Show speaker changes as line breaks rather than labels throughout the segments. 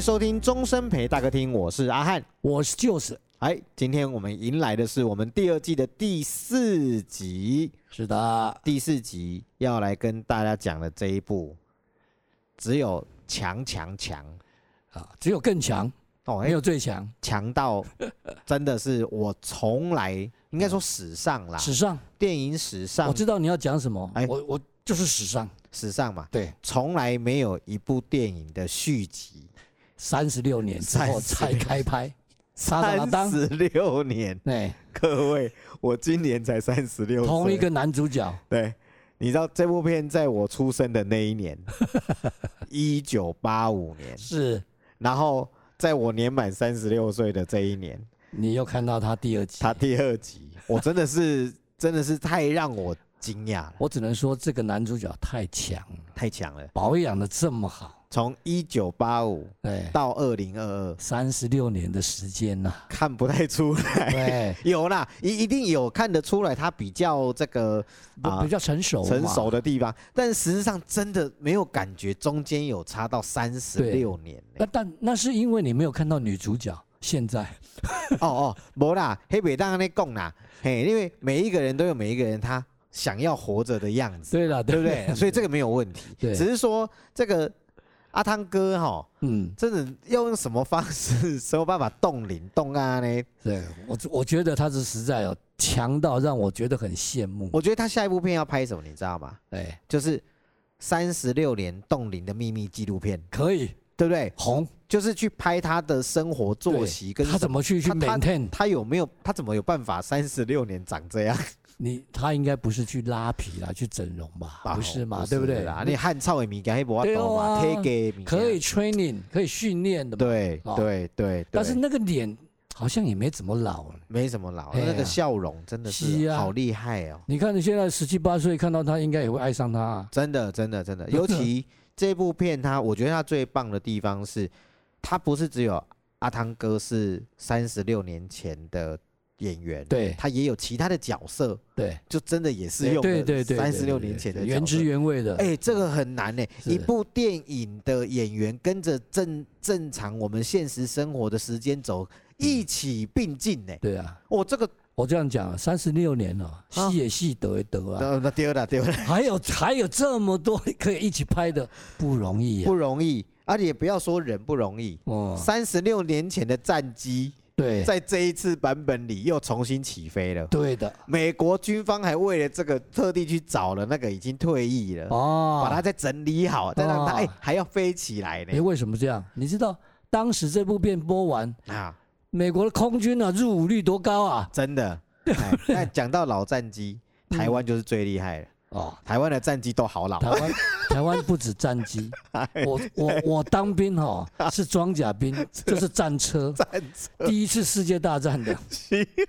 收听《终身陪大客厅》，我是阿汉。
我是就是
哎，今天我们迎来的是我们第二季的第四集，
是的，
第四集要来跟大家讲的这一部，只有强强强
啊，只有更强，
哦，
没
哎，
有最强，
强到真的是我从来应该说史上啦，
史上
电影史啊上
我知道你要讲什么
哎，
我我就是史上
史上嘛，
对
从来没有一部电影的续集，
三十六年之后才开拍，沙沙拉
三
当，
十六年，
哎，
各位，我今年才三十六岁，
同一个男主角，
对，你知道这部片在我出生的那一 年，一九八五年，
是
然后在我年满三十六岁的这一年，
你又看到他第二集，
他第二集，我真的是真的是太让我惊讶了，
我只能说这个男主角太强了，
太强了！
保养的这么好，
从一九八五
对，
到二零二二，
三十六年的时间呐、 哎
看不太出来。
对，
有啦，一一定有看得出来，他比较这个啊
不比较成熟，
成熟，的地方，但实质上真的没有感觉中间有差到三十六年呢、
那但那是因为你没有看到女主角，现在
哦哦，没啦，黑北当那供啦，嘿，因为每一个人都有每一个人他想要活着的样子，
对了，
对
对
不对？所以这个没有问题，
对
只是说这个阿汤哥哈、
嗯。
真的要用什么方式、什么办法冻龄冻啊呢？
对我，我觉得他是实在哦，强到让我觉得很羡慕。
我觉得他下一部片要拍什么，你知道吗？
哎，
就是三十六年冻龄的秘密纪录片，
可以
对不对？
红，
就是去拍他的生活作息跟
他
什
怎么去去
他他
maintain？
他有没有他怎么有办法三十六年长这样？
你他应该不是去拉皮啦，去整容吧？
啊
不是嘛，对不对？
哦啦，你汉朝的米干黑不
对
懂嘛？
啊
贴给
可以 training，可以训练的嘛。
对
哦
对对，
但是
对
那个脸好像也没怎么老了。
没什么老，
哎呀
那个笑容真的
是
是
啊
好厉害哦，
你看你现在十七八岁，看到他应该也会爱上他啊。
真的真的 真的，尤其这部片它，我觉得它最棒的地方是，它不是只有阿汤哥是三十六年前的演员，
对
他也有其他的角色，
对，
就真的也是用
对对对，
三十六年前的
原
角色
汁原味的。
哎、这个很难呢、
是
一部电影的演员跟着正正常我们现实生活的时间
嗯
轴一起并进呢、
对啊，
哦，这个
我这样讲，啊三十六年了，
啊
戏也戏，得也得啊。
呃那那丢了丢了，
还有还有这么多可以一起拍的，不容易呀、
不容易。而且也不要说人不容易，
哦，
三十六年前的战机
对，
在这一次版本里又重新起飞了。
对的，
美国军方还为了这个特地去找了那个已经退役了，
哦，
把它再整理好，再让它
哦
哎、还要飞起来
哎，
呢。
为什么这样？你知道当时这部片播完，
啊，
美国的空军啊入伍率多高啊？
真的。哎那讲到老战机，台湾就是最厉害了。
哦，
台湾的战机都好老
嗯台，湾台湾不止战机，
哎
我我我当 兵哈、是装甲兵，就是战车，
战车
第一次世界大战的，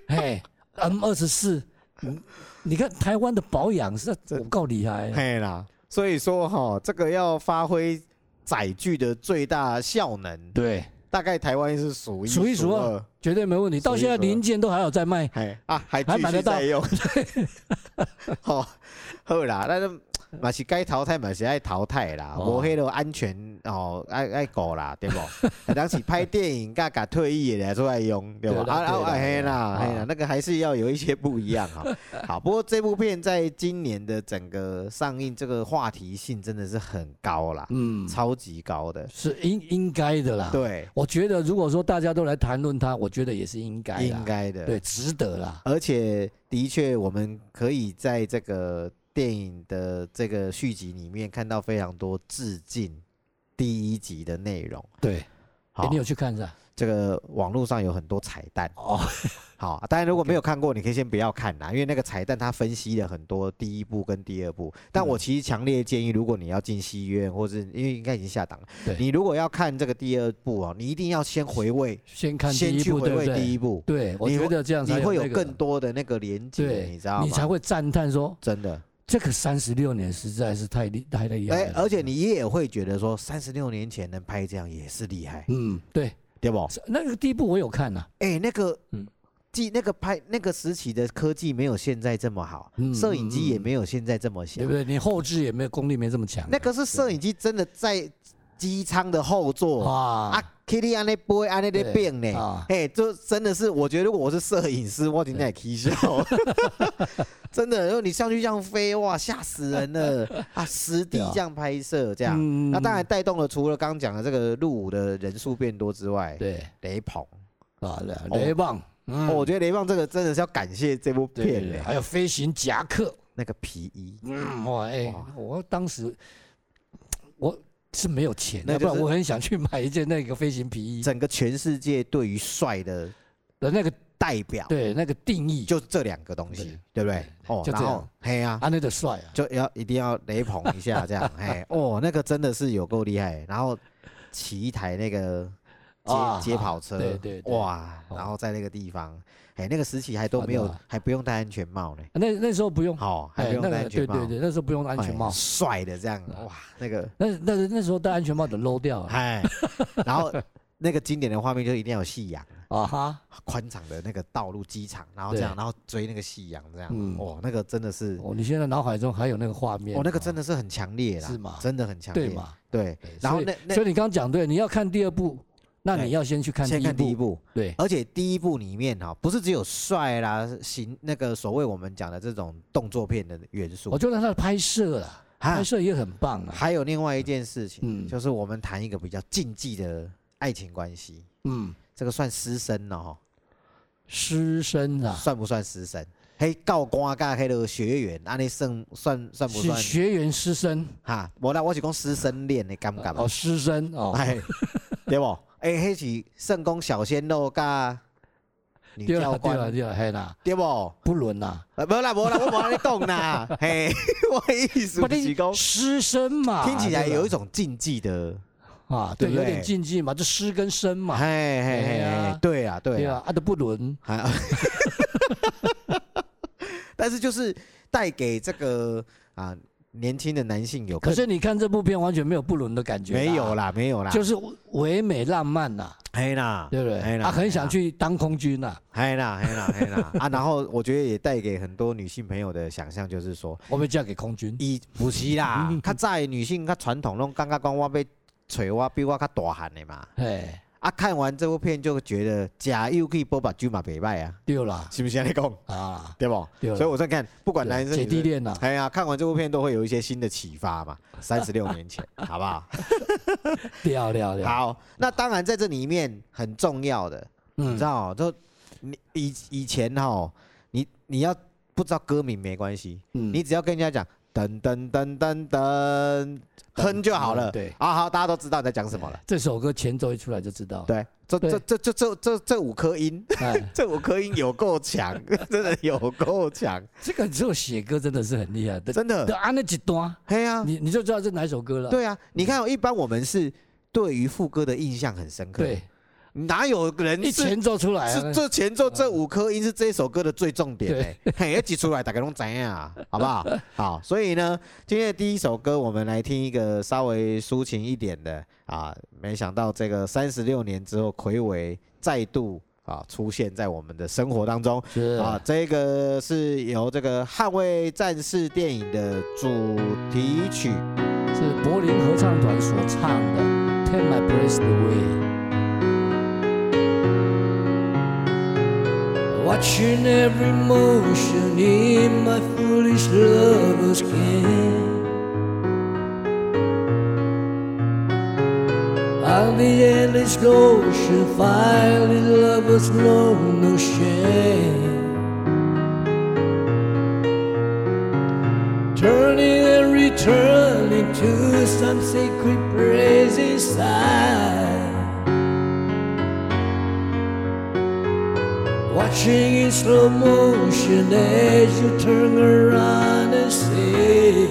嘿，M 二十四。嗯你看台湾的保养是我够厉害啊，
嘿啦。所以说哈、这个要发挥载具的最大效能，
对，
大概台湾是数一
数一数二
二。
绝对没问题。到现
所
在
以说
零件都还有在卖，
嘿啊，还继
还买
续
得到
在用。 好、好啦，那就嘛是该淘汰嘛是爱淘汰啦，
哦
无迄个安全哦爱爱顾啦，对 不？当时拍电影，甲甲退役的拿出来用，对不？
对啦
啊啊
对啦
啊嘿
对啦
啦
啊
嘿啦，那个还是要有一些不一 样哈。好，不过这部片在今年的整个上映，这个话题性真的是很高啦，
嗯，
超级高的，
是应应该的啦。
对，
我觉得如果说大家都来谈论它，我觉得也是应该啦，
应该的，
对，值得啦。
而且的确，我们可以在这个电影的这个续集里面看到非常多致敬第一集的内容。
对，
好
诶你，有去看是吧？
这个网络上有很多彩蛋。
哦，
好，当然如果没有看过，你可以先不要看啦，因为那个彩蛋它分析了很多第一部跟第二部。但
嗯
我其实强烈建议，如果你要进戏院，或是因为应该已经下档了
对，
你如果要看这个第二部哦，你一定要先回味，
先看第
先
一
去
部，
回
对不
味第一
对？
部，
对，我
你会
觉得这样
你
才
会有
那个
更多的那个连接，
对，
你知道吗？
你才会赞叹说
真的。
这个三十六年实在是太厉太厉害
哎，
了。
而且你也会觉得说，三十六年前能拍这样也是厉害，
嗯，对，
对不？
是那个第一部我有看啊呐，
哎，那个
嗯，
记那个拍那个时期的科技没有现在这么好，
嗯
摄影机也
嗯嗯
没有现在这么小
对不，对？你后置也没有功力没这么强，啊
那个是摄影机真的在机舱的后座
哇
啊，，Kitty 安内不会安内的
对
病呢，
啊，
嘿，就真的是，我觉得如果我是摄影师，我应该也 K 笑，真的，如果你上去这样飞，哇，吓死人了啊！实地
对啊
这样拍摄，这样，
嗯
那当然带动了除了刚刚讲的这个入伍的人数变多之外，
嗯对
雷鹏，
啊，雷棒，嗯
哦，我觉得雷鹏这个真的是要感谢这部
对对
片
对，
嘞，
还有飞行夹克，
那个皮衣，
嗯，哇，哎
哇，
我当时我是没有钱，
那
要不然
就是
我很想去买一件那个飞行皮衣
整个全世界对于帅的
的那个
代表，
对那个定义，
就这两个东西，对不对？哦，
就这
然
样
后嘿呀、
安内的帅啊，
就要一定要雷捧一下这 样，哎，哦，那个真的是有够厉害。欸然后骑一台那个街、
啊
街跑车，
对对对
哇，
哦
然后在那个地方，哎，那个时期还都没
啊
有
对啊，
还不用戴安全帽呢，
那那时候不用，
好、还
哎
不用
那
戴
个
安全
对
帽，
对对，那时候不用安全
哎
帽，啊
帅的这样，哇，那个
那那那时候戴安全帽的 low 掉了
哎，然后那个经典的画面就一定要有夕阳，
啊哈，
宽敞的那个道路、机场，然后这
对
样，然后追那个夕阳这样，
嗯
哦，那个真的是，
哦，你现在脑海中还有那个画面，
哦，那个真的是很强烈啦，
是吗
真的很强烈，
对？嘛？
对
对，
然后
所以
那那
所以你刚刚讲对，你要看第二部，那
对
你要先去看
先看第
第
一
一部，
部，
对
而且第一部里面哈、不是只有帅啦、行那个所谓我们讲的这种动作片的元素，
我觉得他的拍摄啦，
还
拍摄也很棒啊。
还有另外一件事情，
嗯
就是我们谈一个比较禁忌的爱情关系，
嗯，
这个算私生了哈、
师生啊，
算不算私生？嘿，告官甲迄个学员，安尼算算算不
是
算？
学员师生
哈，无啦，我是讲师生恋的感觉嗯嘛
哦，，师生哦，
哎，对不？哎，迄是圣公小鲜肉甲女
对
教
了对了
官，
对了，嘿啦，
对不？
不伦啦，
啊，无啦无啦，我无安尼讲 啦，嘿，我的意思
不
是讲，
师生嘛，
听起来
对吧
有一种禁忌的，
啊，
对
对，
不对
有点禁忌嘛，这师跟生
嘿
嘛，
嘿嘿
对啊
嘿，对啊对
对
啊，
啊，啊都不伦，
还， 但是就是带给这个啊年轻的男性有更，
可是你看这部片完全没有不伦的感觉，啊
没有，啦没有啦，
就是唯美浪漫呐，
嘿啦，
对不对
嘿？啦，
啊，很想
嘿啦，
去当空军啊呐，
嘿啦嘿啦嘿啦 啊，然后我觉得也带给很多女性朋友的想象就是说，
我们嫁给空军，
伊不是 啦，较早的女性较传统，拢感觉讲我要找我比我较大汉的嘛。
哎，
啊，看完这部片就觉得假又可以波把酒嘛北拜啊，
对啦，
是不是这样讲？
啊，
对不？
对了
所以我在看，不管男生
姐
女
弟
生，
恋呐，啊
哎呀，看完这部片都会有一些新的启发嘛。三十六年前，好不好？
聊聊聊，
好，那当然在这里面很重要的，你
嗯
知，道哦，就你以以前哈，你你要不知道歌名没关系，你
你
只要跟人家讲噔噔噔噔噔，哼就好了。
对，
啊，好，大家都知道你在讲什么了。
这首歌前奏一出来就知道，
对，这这这这这这这五颗音。
哎，
这五颗音有够强，真的有够强，
这个只有写歌真的是很厉害的，
真
对
的。
啊，那几段，
嘿呀、啊，
你你就知道这哪一首歌了，
对啊，你看、哦，一般我们是对于副歌的印象很深刻，
对，，
哪有人
一
是
前奏出来啊，
是这前奏这五颗音是这首歌的最重点
对
哎，嘿，一挤出来大概都怎样啊，好不好？好，所以呢，今天的第一首歌，我们来听一个稍微抒情一点的啊，没想到这个三十六年之后，魁伟再度啊出现在我们的生活当中。
是
啊，这个是由这个《捍卫战士》电影的主题曲。
是柏林合唱团所唱的《Take My Breath Away》。Watching every motion in my foolish lover's hand. On the endless ocean, finally lovers know no shame. turning and returning to some sacred praise inside. Watching in slow motion as you turn around and say,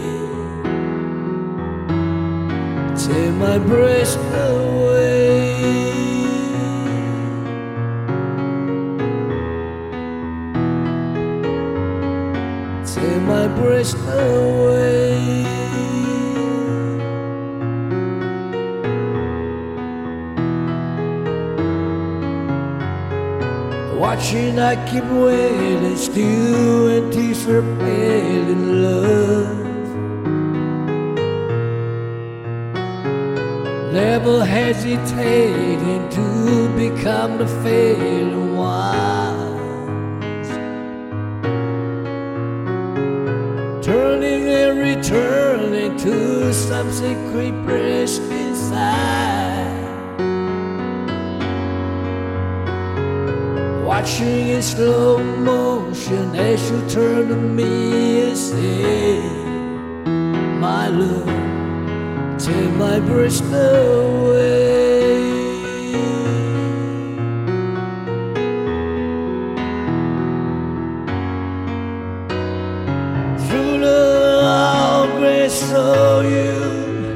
Take my breath away. Take my breath away. Watching, I keep waiting, still and tears are pale in love.
never hesitated to become the failing wise. Turning and returning to some secret breast inside. Watching in slow motion as you turn to me and say, My love take my breath away. Through the outgrace of you,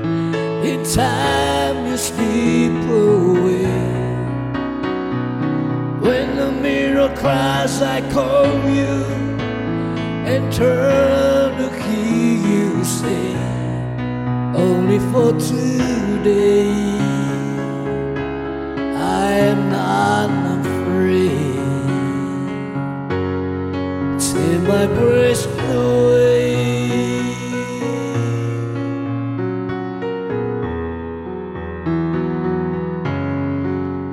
in time you slip away. When the mirror cries, I call you and turn to hear you say only for today. I am not afraid. Take my breath away.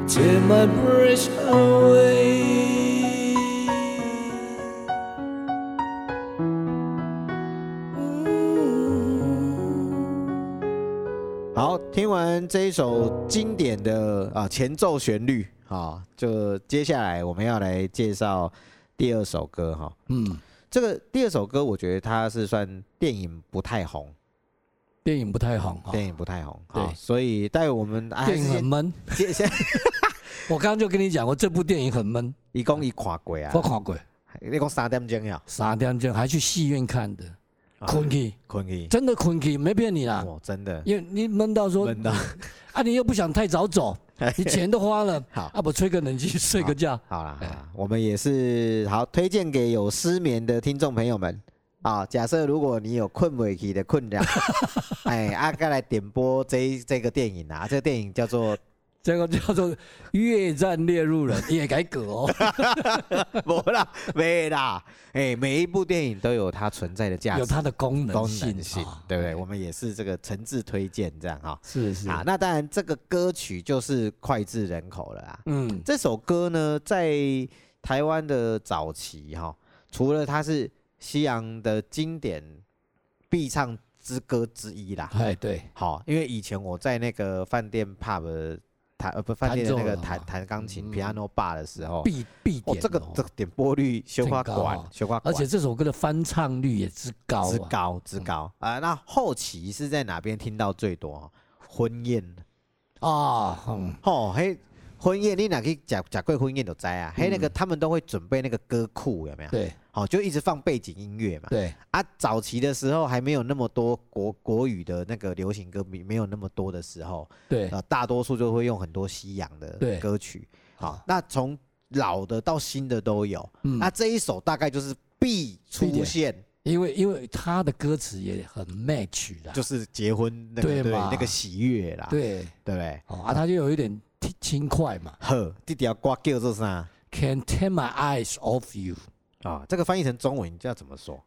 Take my breath away.
好，听完这一首经典的啊前奏旋律啊，就接下来我们要来介绍第二首歌哈、
嗯，
这个第二首歌我觉得它是算电影不太红，
电影不太好啊，
电影不太红，
对
好所以待会我们啊还
电
是
影很
先
闷。
接先
我刚刚就跟你讲过，这部电影很闷，
一共一垮鬼啊
我，看过，
你讲三点钟呀，
三点钟还去戏院看的，
啊
困去，
困去，
真的啊困去，没骗你啦。
哦，真的
因为你闷到说
闷到
啊，你又不想太早走，你钱都花了，
好
啊，不吹个冷气，睡个觉，
好啦，好啦我们也是好推荐给有失眠的听众朋友们啊。假设如果你有困不起的困 扰，哎，阿、啊、该来点播这一这个电影啊，这个电影叫做
这个叫做越战猎入人， 也改革哦。
《没啦没啦》，哎，每一部电影都有它存在的价值，
有它的功能
功
性
能性
啊，
对不对？我们也是这个诚挚推荐这样哈。
是是，
啊，那当然这个歌曲就是脍炙人口了啊。
嗯，
这首歌呢，在台湾的早期哈、除了它是西洋的经典必唱之歌之一啦，
哎对，
好，因为以前我在那个饭店 pub 弹呃不饭店的那个弹
弹奏了嘛
弹钢琴
嗯
piano bar 的时候，
必必
哦
点
这个
哦
这个点播率修花
挺高
管
啊
修花管，
而且这首歌的翻唱率也之高
之
啊，
高之高啊，那后期是在哪边听到最多哦？婚宴
啊，嗯，
哦，嘿。婚宴，你哪去假假贵婚宴都摘啊？嘿，那个他们都会准备那个歌库，有没有？
嗯对
好、就一直放背景音乐嘛。
对，
啊，早期的时候还没有那么多国国语的那个流行歌，没没有那么多的时候，
对，
呃，大多数就会用很多西洋的
对
歌曲。好啊
啊，
那从老的到新的都有。
嗯
那，这一首大概就是必
必
出
点
现，
因为因为他的歌词也很 match 的，
就是啊结婚那个
对
对
嘛
那个喜悦啦，对
对，
不对？
哦啊，他就有一点轻轻快嘛
呵，这条歌叫做啥？
，Can take my eyes off you，
啊，这个翻译成中文要怎么说？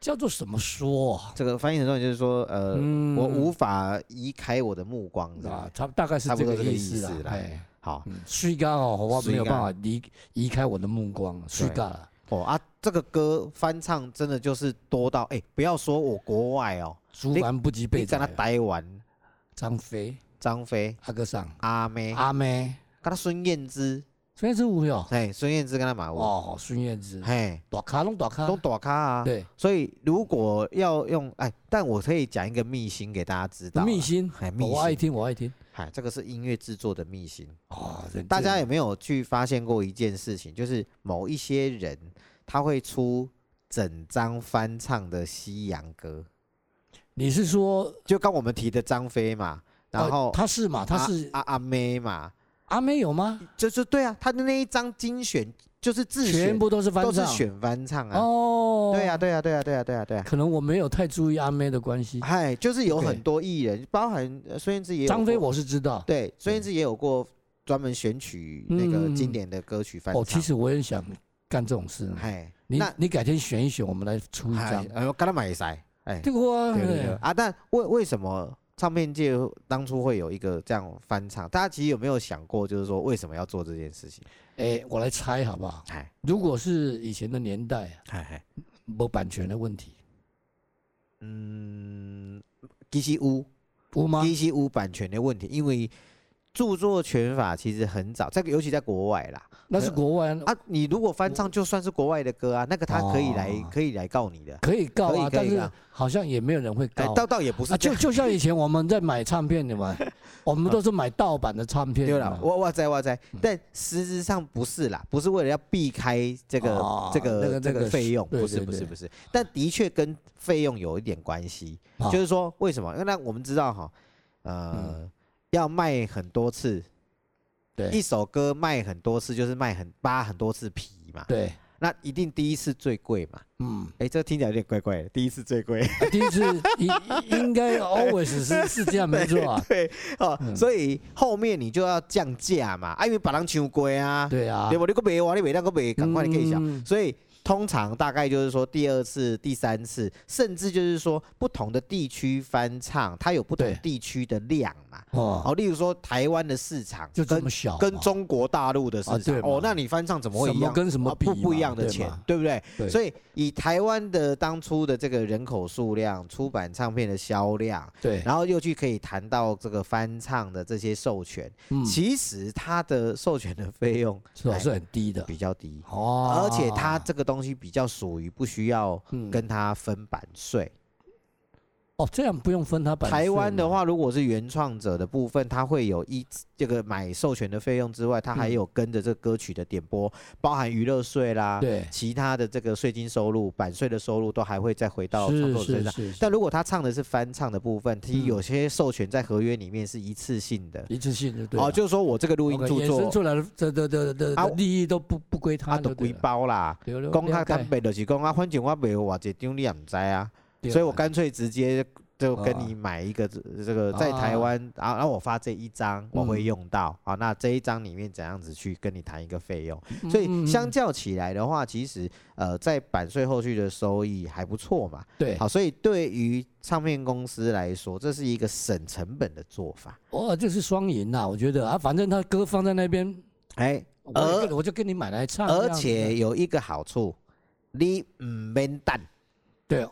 叫做什么说啊？
这个翻译成中文就是说，呃，
嗯
我无法移开我的目光，是吧
啊，？差不大概是
差不
这
多
个
这个
意
意
思
思
啦，
啦
哎，
好，
嗯，睡觉哦，我没
水干
有办法离移开我的目光，睡觉了，
哦啊，这个歌翻唱真的就是多到哎、不要说我国外哦，
竹篮不及
你
被
跟他
宰，
台湾
张飞、
张飞、
阿哥上、
阿妹，跟
阿妹，
他孙燕姿，
孙燕姿舞有
哎，孙燕姿跟他马舞，
哦，孙燕姿，
嘿，
大咖弄大咖
都，大咖啊。
对，
所以如果要用哎，但我可以讲一个秘辛给大家知道啊。
秘辛
哎，秘
我爱
辛，
听，我爱听，
哎，这个是音乐制作的秘辛。
哦，这
大家有没有去发现过一件事情，就是某一些人他会出整张翻唱的西洋歌，
你是说，
就刚我们提的张飞嘛，然
呃
后啊
他是嘛？他
阿
是
阿阿妹嘛，
阿妹有吗？
就是对啊，他的那一张精选就是自
全
选，
部都是翻
都是
唱
选翻唱啊。
哦，
对啊，，对啊，对啊，对啊，对啊，对啊。
可能我没有太注意阿妹的关系，
嗨，就是有
OK
很多艺人，包含呃孙燕姿也有
张飞
过
我是知道，
对孙燕姿也有过专门选取那个
嗯嗯嗯
经典的歌曲翻唱。
哦，其实我也想干这种事呢，
嗨，
你
那
你改天选一选，我们来出一
嗨
张，
哎呦，跟他买塞，哎，
对啊
对对对，啊，但为为什么唱片界当初会有一个这样翻唱，大家其实有没有想过，就是说为什么要做这件事情？
哎，我来猜好不好？
哎
如果是以前的年代啊，
哎哎，
没版权的问题，
嗯，其实有，
不吗？
其实有版权的问题，因为著作权法其实很早，在尤其在国外啦
那是国外啊
啊，你如果翻唱就算是国外的歌啊，那个他可以来、
哦
可以来告你的，
可以告啊，
可以可以
但是
告
好像也没有人会
哎，
告。
倒倒也不是
啊，
这
就
样。
就像以前我们在买唱片 的嘛，我们都是买盗版的唱片
对
的
了
嘛，。
我我在我在，
嗯
但实质上不是啦，不是为了要避开这个、
哦
这
那个
个这
那个
个费用，
对
不是
对
不是
对
不是，但的确跟费用有一点关系。
啊嗯
就是说，为什么？因为那我们知道哈，呃，要卖很多次，
对
一首歌卖很多次，就是卖很扒很多次皮嘛。
对，
那一定第一次最贵嘛。
嗯，
哎，这听起来有点怪怪的，第一次最贵。
啊第一次应应该 always 是是这样没错啊，
对哦，
嗯
所以后面你就要降价嘛，啊，因为把人抢贵啊，
对 啊
对，吧？你个卖完，你卖那个卖，赶快你可以想。
嗯
所以通常大概就是说第二次、第三次，甚至就是说不同的地区翻唱，它有不同
对
地区的量嘛。
哦，
哦，例如说台湾的市场
就哦这
跟
么小嘛，
跟中国大陆的市
啊
场
对，嘛
哦，那你翻唱怎么会
什
一
么
样？
跟什么
啊
比
不不一
嘛
样的
对
钱
嘛，
对不对？
对
所以以台湾的当初的这个人口数量、出版唱片的销量，
对，
然后又去可以谈到这个翻唱的这些授权，
嗯，
其实它的授权的费用
是吧是很低的
比较低，
哦，
而且它这个东西比较属于不需要
嗯
跟它分版税。
哦这样不用分他版税嘛，
台湾的话，如果是原创者的部分，它会有一这个买授权的费用之外，它
嗯
还有跟着这歌曲的点播，包含娱乐税啦，
对
其他的这个税金收入、版税的收入都还会再回到创
是
作者身
是
上。
是，是
但如果他唱的是翻唱的部分，其实有些授权在合约里面是一次性的，
一次性就对了，啊
哦，就是说我这个录音
OK，
著
衍生
作
出来的这这这这
啊
这利益都不不归
啊，
他
都
的，
归包啦。
对了，
讲
了
较
解
坦白就是讲啊，反正我卖有偌济张你也唔知啊，
对
所以
啦
我干脆直接就跟
啊
你买一个这这个在台湾，然后然后我发这一张我会用
嗯
到啊，那这一张里面怎样子去跟你谈一个费用？
嗯
所以相较起来的话，其实呃在版税后续的收益还不错嘛。
对，
好，所以对于唱片公司来说，这是一个省成本的做法。
哦，这是双赢呐，我觉得啊，反正他歌放在那边，
哎，
我
而
也跟我就跟你买来唱这样
而
子，
且有一个好处，你唔免等。
对，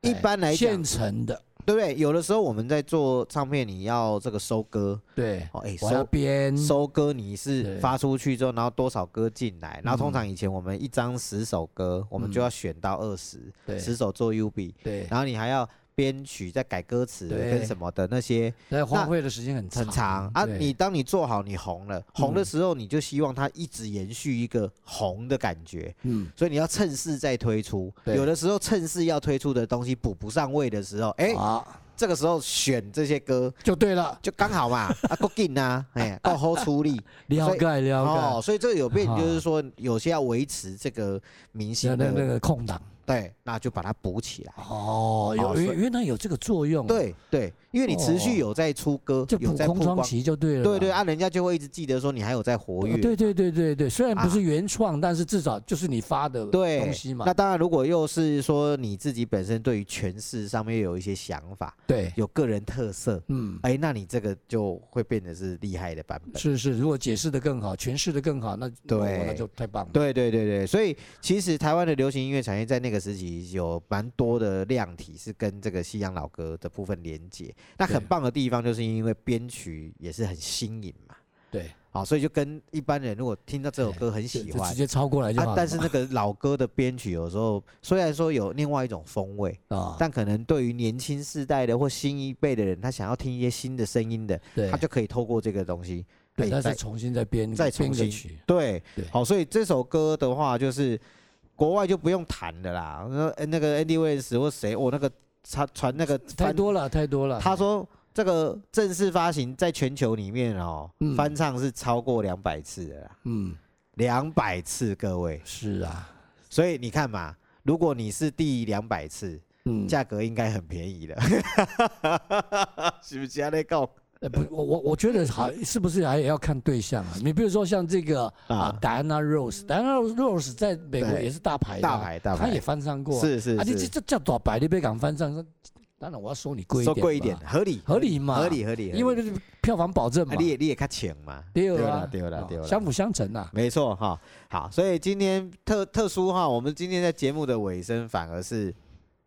一
哎
般来讲
现，成的，
对不对？有的时候我们在做唱片，你要这个收割，
对，
哦，哎、
我要
收
编，
收割你是
嗯对嗯
发出去之后，然后多少歌进来，然后通常以前我们一张十首歌，我们就要选到二十、
对
十首做 UB，
对，
然后你还要编曲、再改歌词
对
跟什么的那些
但花费的时间很
很长啊。
对嗯
你当你做好，你红了，红的时候你就希望它一直延续一个红的感觉。
嗯，
所以你要趁势再推出，
对
有的时候趁势要推出的东西补不上位的时候，哎、
啊，
这个时候选这些歌
就对了，
就刚好嘛，啊够劲呐，哎，够后出力
了解了
哦，
解，
所以这个有变，就是说有些要维持这个明
啊那
星
那那
哦的，
个空档，
对，那就把它补起来。
哦，有
哦所以
原原来有这个作用，，
对对，因为你持续有在出歌
哦就，
有
补
在
空
曝
窗
光，
期就对了嘛，哦
对对啊，人家就会一直记得说你还有在活跃。
对对对对对，虽然不
啊
是原创，但是至少就是你发的
对
东西嘛
那。当然，如果又是说你自己本身对于诠释上面有一些想法，
对，
有个人特色，
嗯，
哎，那你这个就会变得是厉害的版本。
是是，如果解释的更好，诠释的更好，那哦
对
那那就太棒了。
对对对对，所以其实台湾的流行音乐产业在那个时期有蛮多的量体是跟这个西洋老歌的部分连接。那很
对
棒的地方就是因为编曲也是很新颖嘛，
对，
好，所以就跟一般人如果听到这首歌很
就
喜
就
欢
直，接抄过来就好
啊
了，
但是那个老歌的编曲有时候虽然说有另外一种风味，
啊，
但可能对于年轻世代的或新一辈的人，他想要听一些新的声音的，
对
他，就可以透过这个东西，哎
对，但
再
是重新再编
再
编
重
个
新
曲，
对
对，
好，所以这首歌的话，就是国外就不用谈的啦。那呃那个 Andy Williams 或谁，哦我、那个他传那个
太
翻，
多了太多了。
他说这个正式发行在全球里面哦，
嗯
翻唱是超过两百次的啦，
嗯，
两百次各位。
是啊，
所以你看嘛，如果你是第两百次，
嗯，
价格应该很便宜 的，是不是？阿内告
呃不，我我我觉得好，是不是还也要看对象啊？你比如说像这个啊
啊
，Diana Rose，Diana Rose 在美国
对
也是大牌的啊，
大牌大
她
牌
也翻唱过啊，
是是
啊，你这
是，
这叫大牌，你别敢翻唱，
当然我要收你贵一
说
点，
贵一点，，合理，
合理嘛，
合理，合理，合理
因为这是票房保证嘛
啊，你，也你也较请嘛，
对
啦
啊，
对啦
哦
对啦，
相辅相成呐，
没错哈，好，所以今天特特殊哈，我们今天在节目的尾声反而是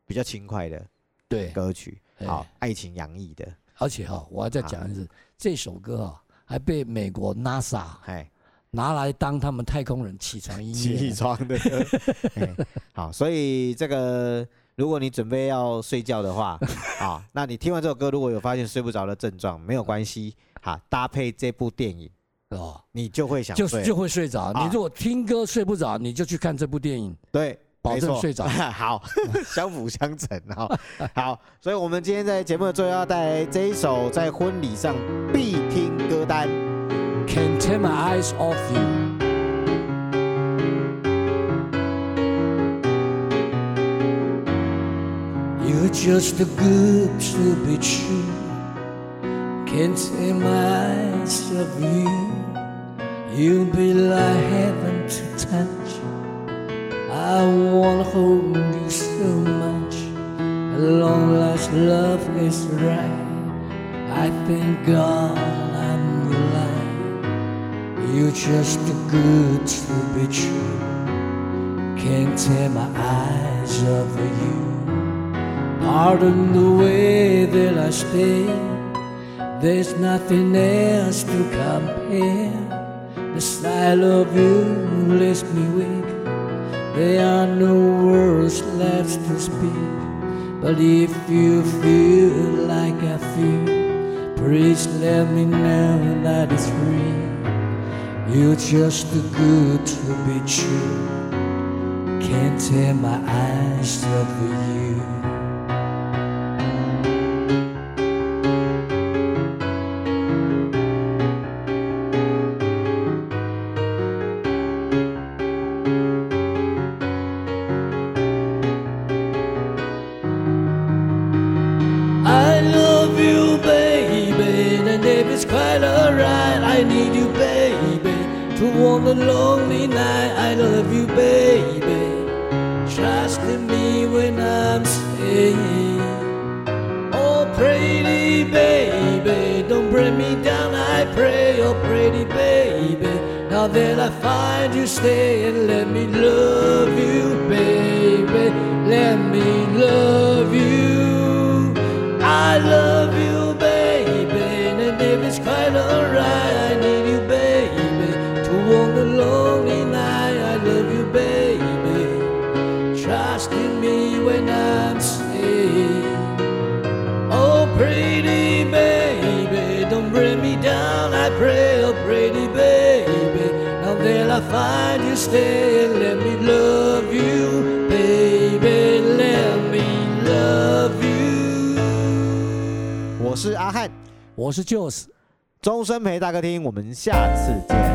比较轻快的
对，
歌曲，
哎
好，爱情洋溢的，
而且哈，我要再讲一次，这首歌啊还被美国 NASA
哎，
拿来当他们太空人起床音
起
乐，
床的歌， 哎好，所以这个如果你准备要睡觉 的话，啊，那你听完这首歌，如果有发现睡不着的症状，没有关系，好，搭配这部电影，
哦，
你就会想
就
睡，
就会睡着。
啊
你如果听歌睡不着，你就去看这部电影。
对，
保
没
证
错
睡着
好，相辅相成哈、好，所以我们今天在节目的最后要带来这一首在婚礼上必听歌单。
Can't take my eyes off you。
You're just too good to be true. Can't take my eyes off you. You'll be like heaven to touch. I wanna hold you so much. As long as love is right, I thank God I'm alive. You're just too good to be true. Can't take my eyes off you. Pardon the way that I stay. There's nothing else to compare. The sight of you leaves me weak. There are no words left to speak. But if you feel like I feel, please let me know that it's real. You're just too good to be true. Can't tear my eyes off of you. I love you, baby, and if it's quite alright, I need you, baby, to warm a lonely night. I love you, baby. Trust in me when I'm saying, Oh, pretty baby, don't bring me down. I pray, oh, pretty baby. Now that I find you, stay and let me love you, baby. Let me love you. I love you, baby, and if it's quite alright, I need you, baby, to walk the lonely night. I love you, baby. Trust in me when I'm sick. Oh, pretty baby, don't bring me down. I pray, oh, pretty baby. Now that I find you, stay and let me love you, baby. Let me love you.
我是阿汉，
我是 Jules。
终身陪大客厅，我们下次见。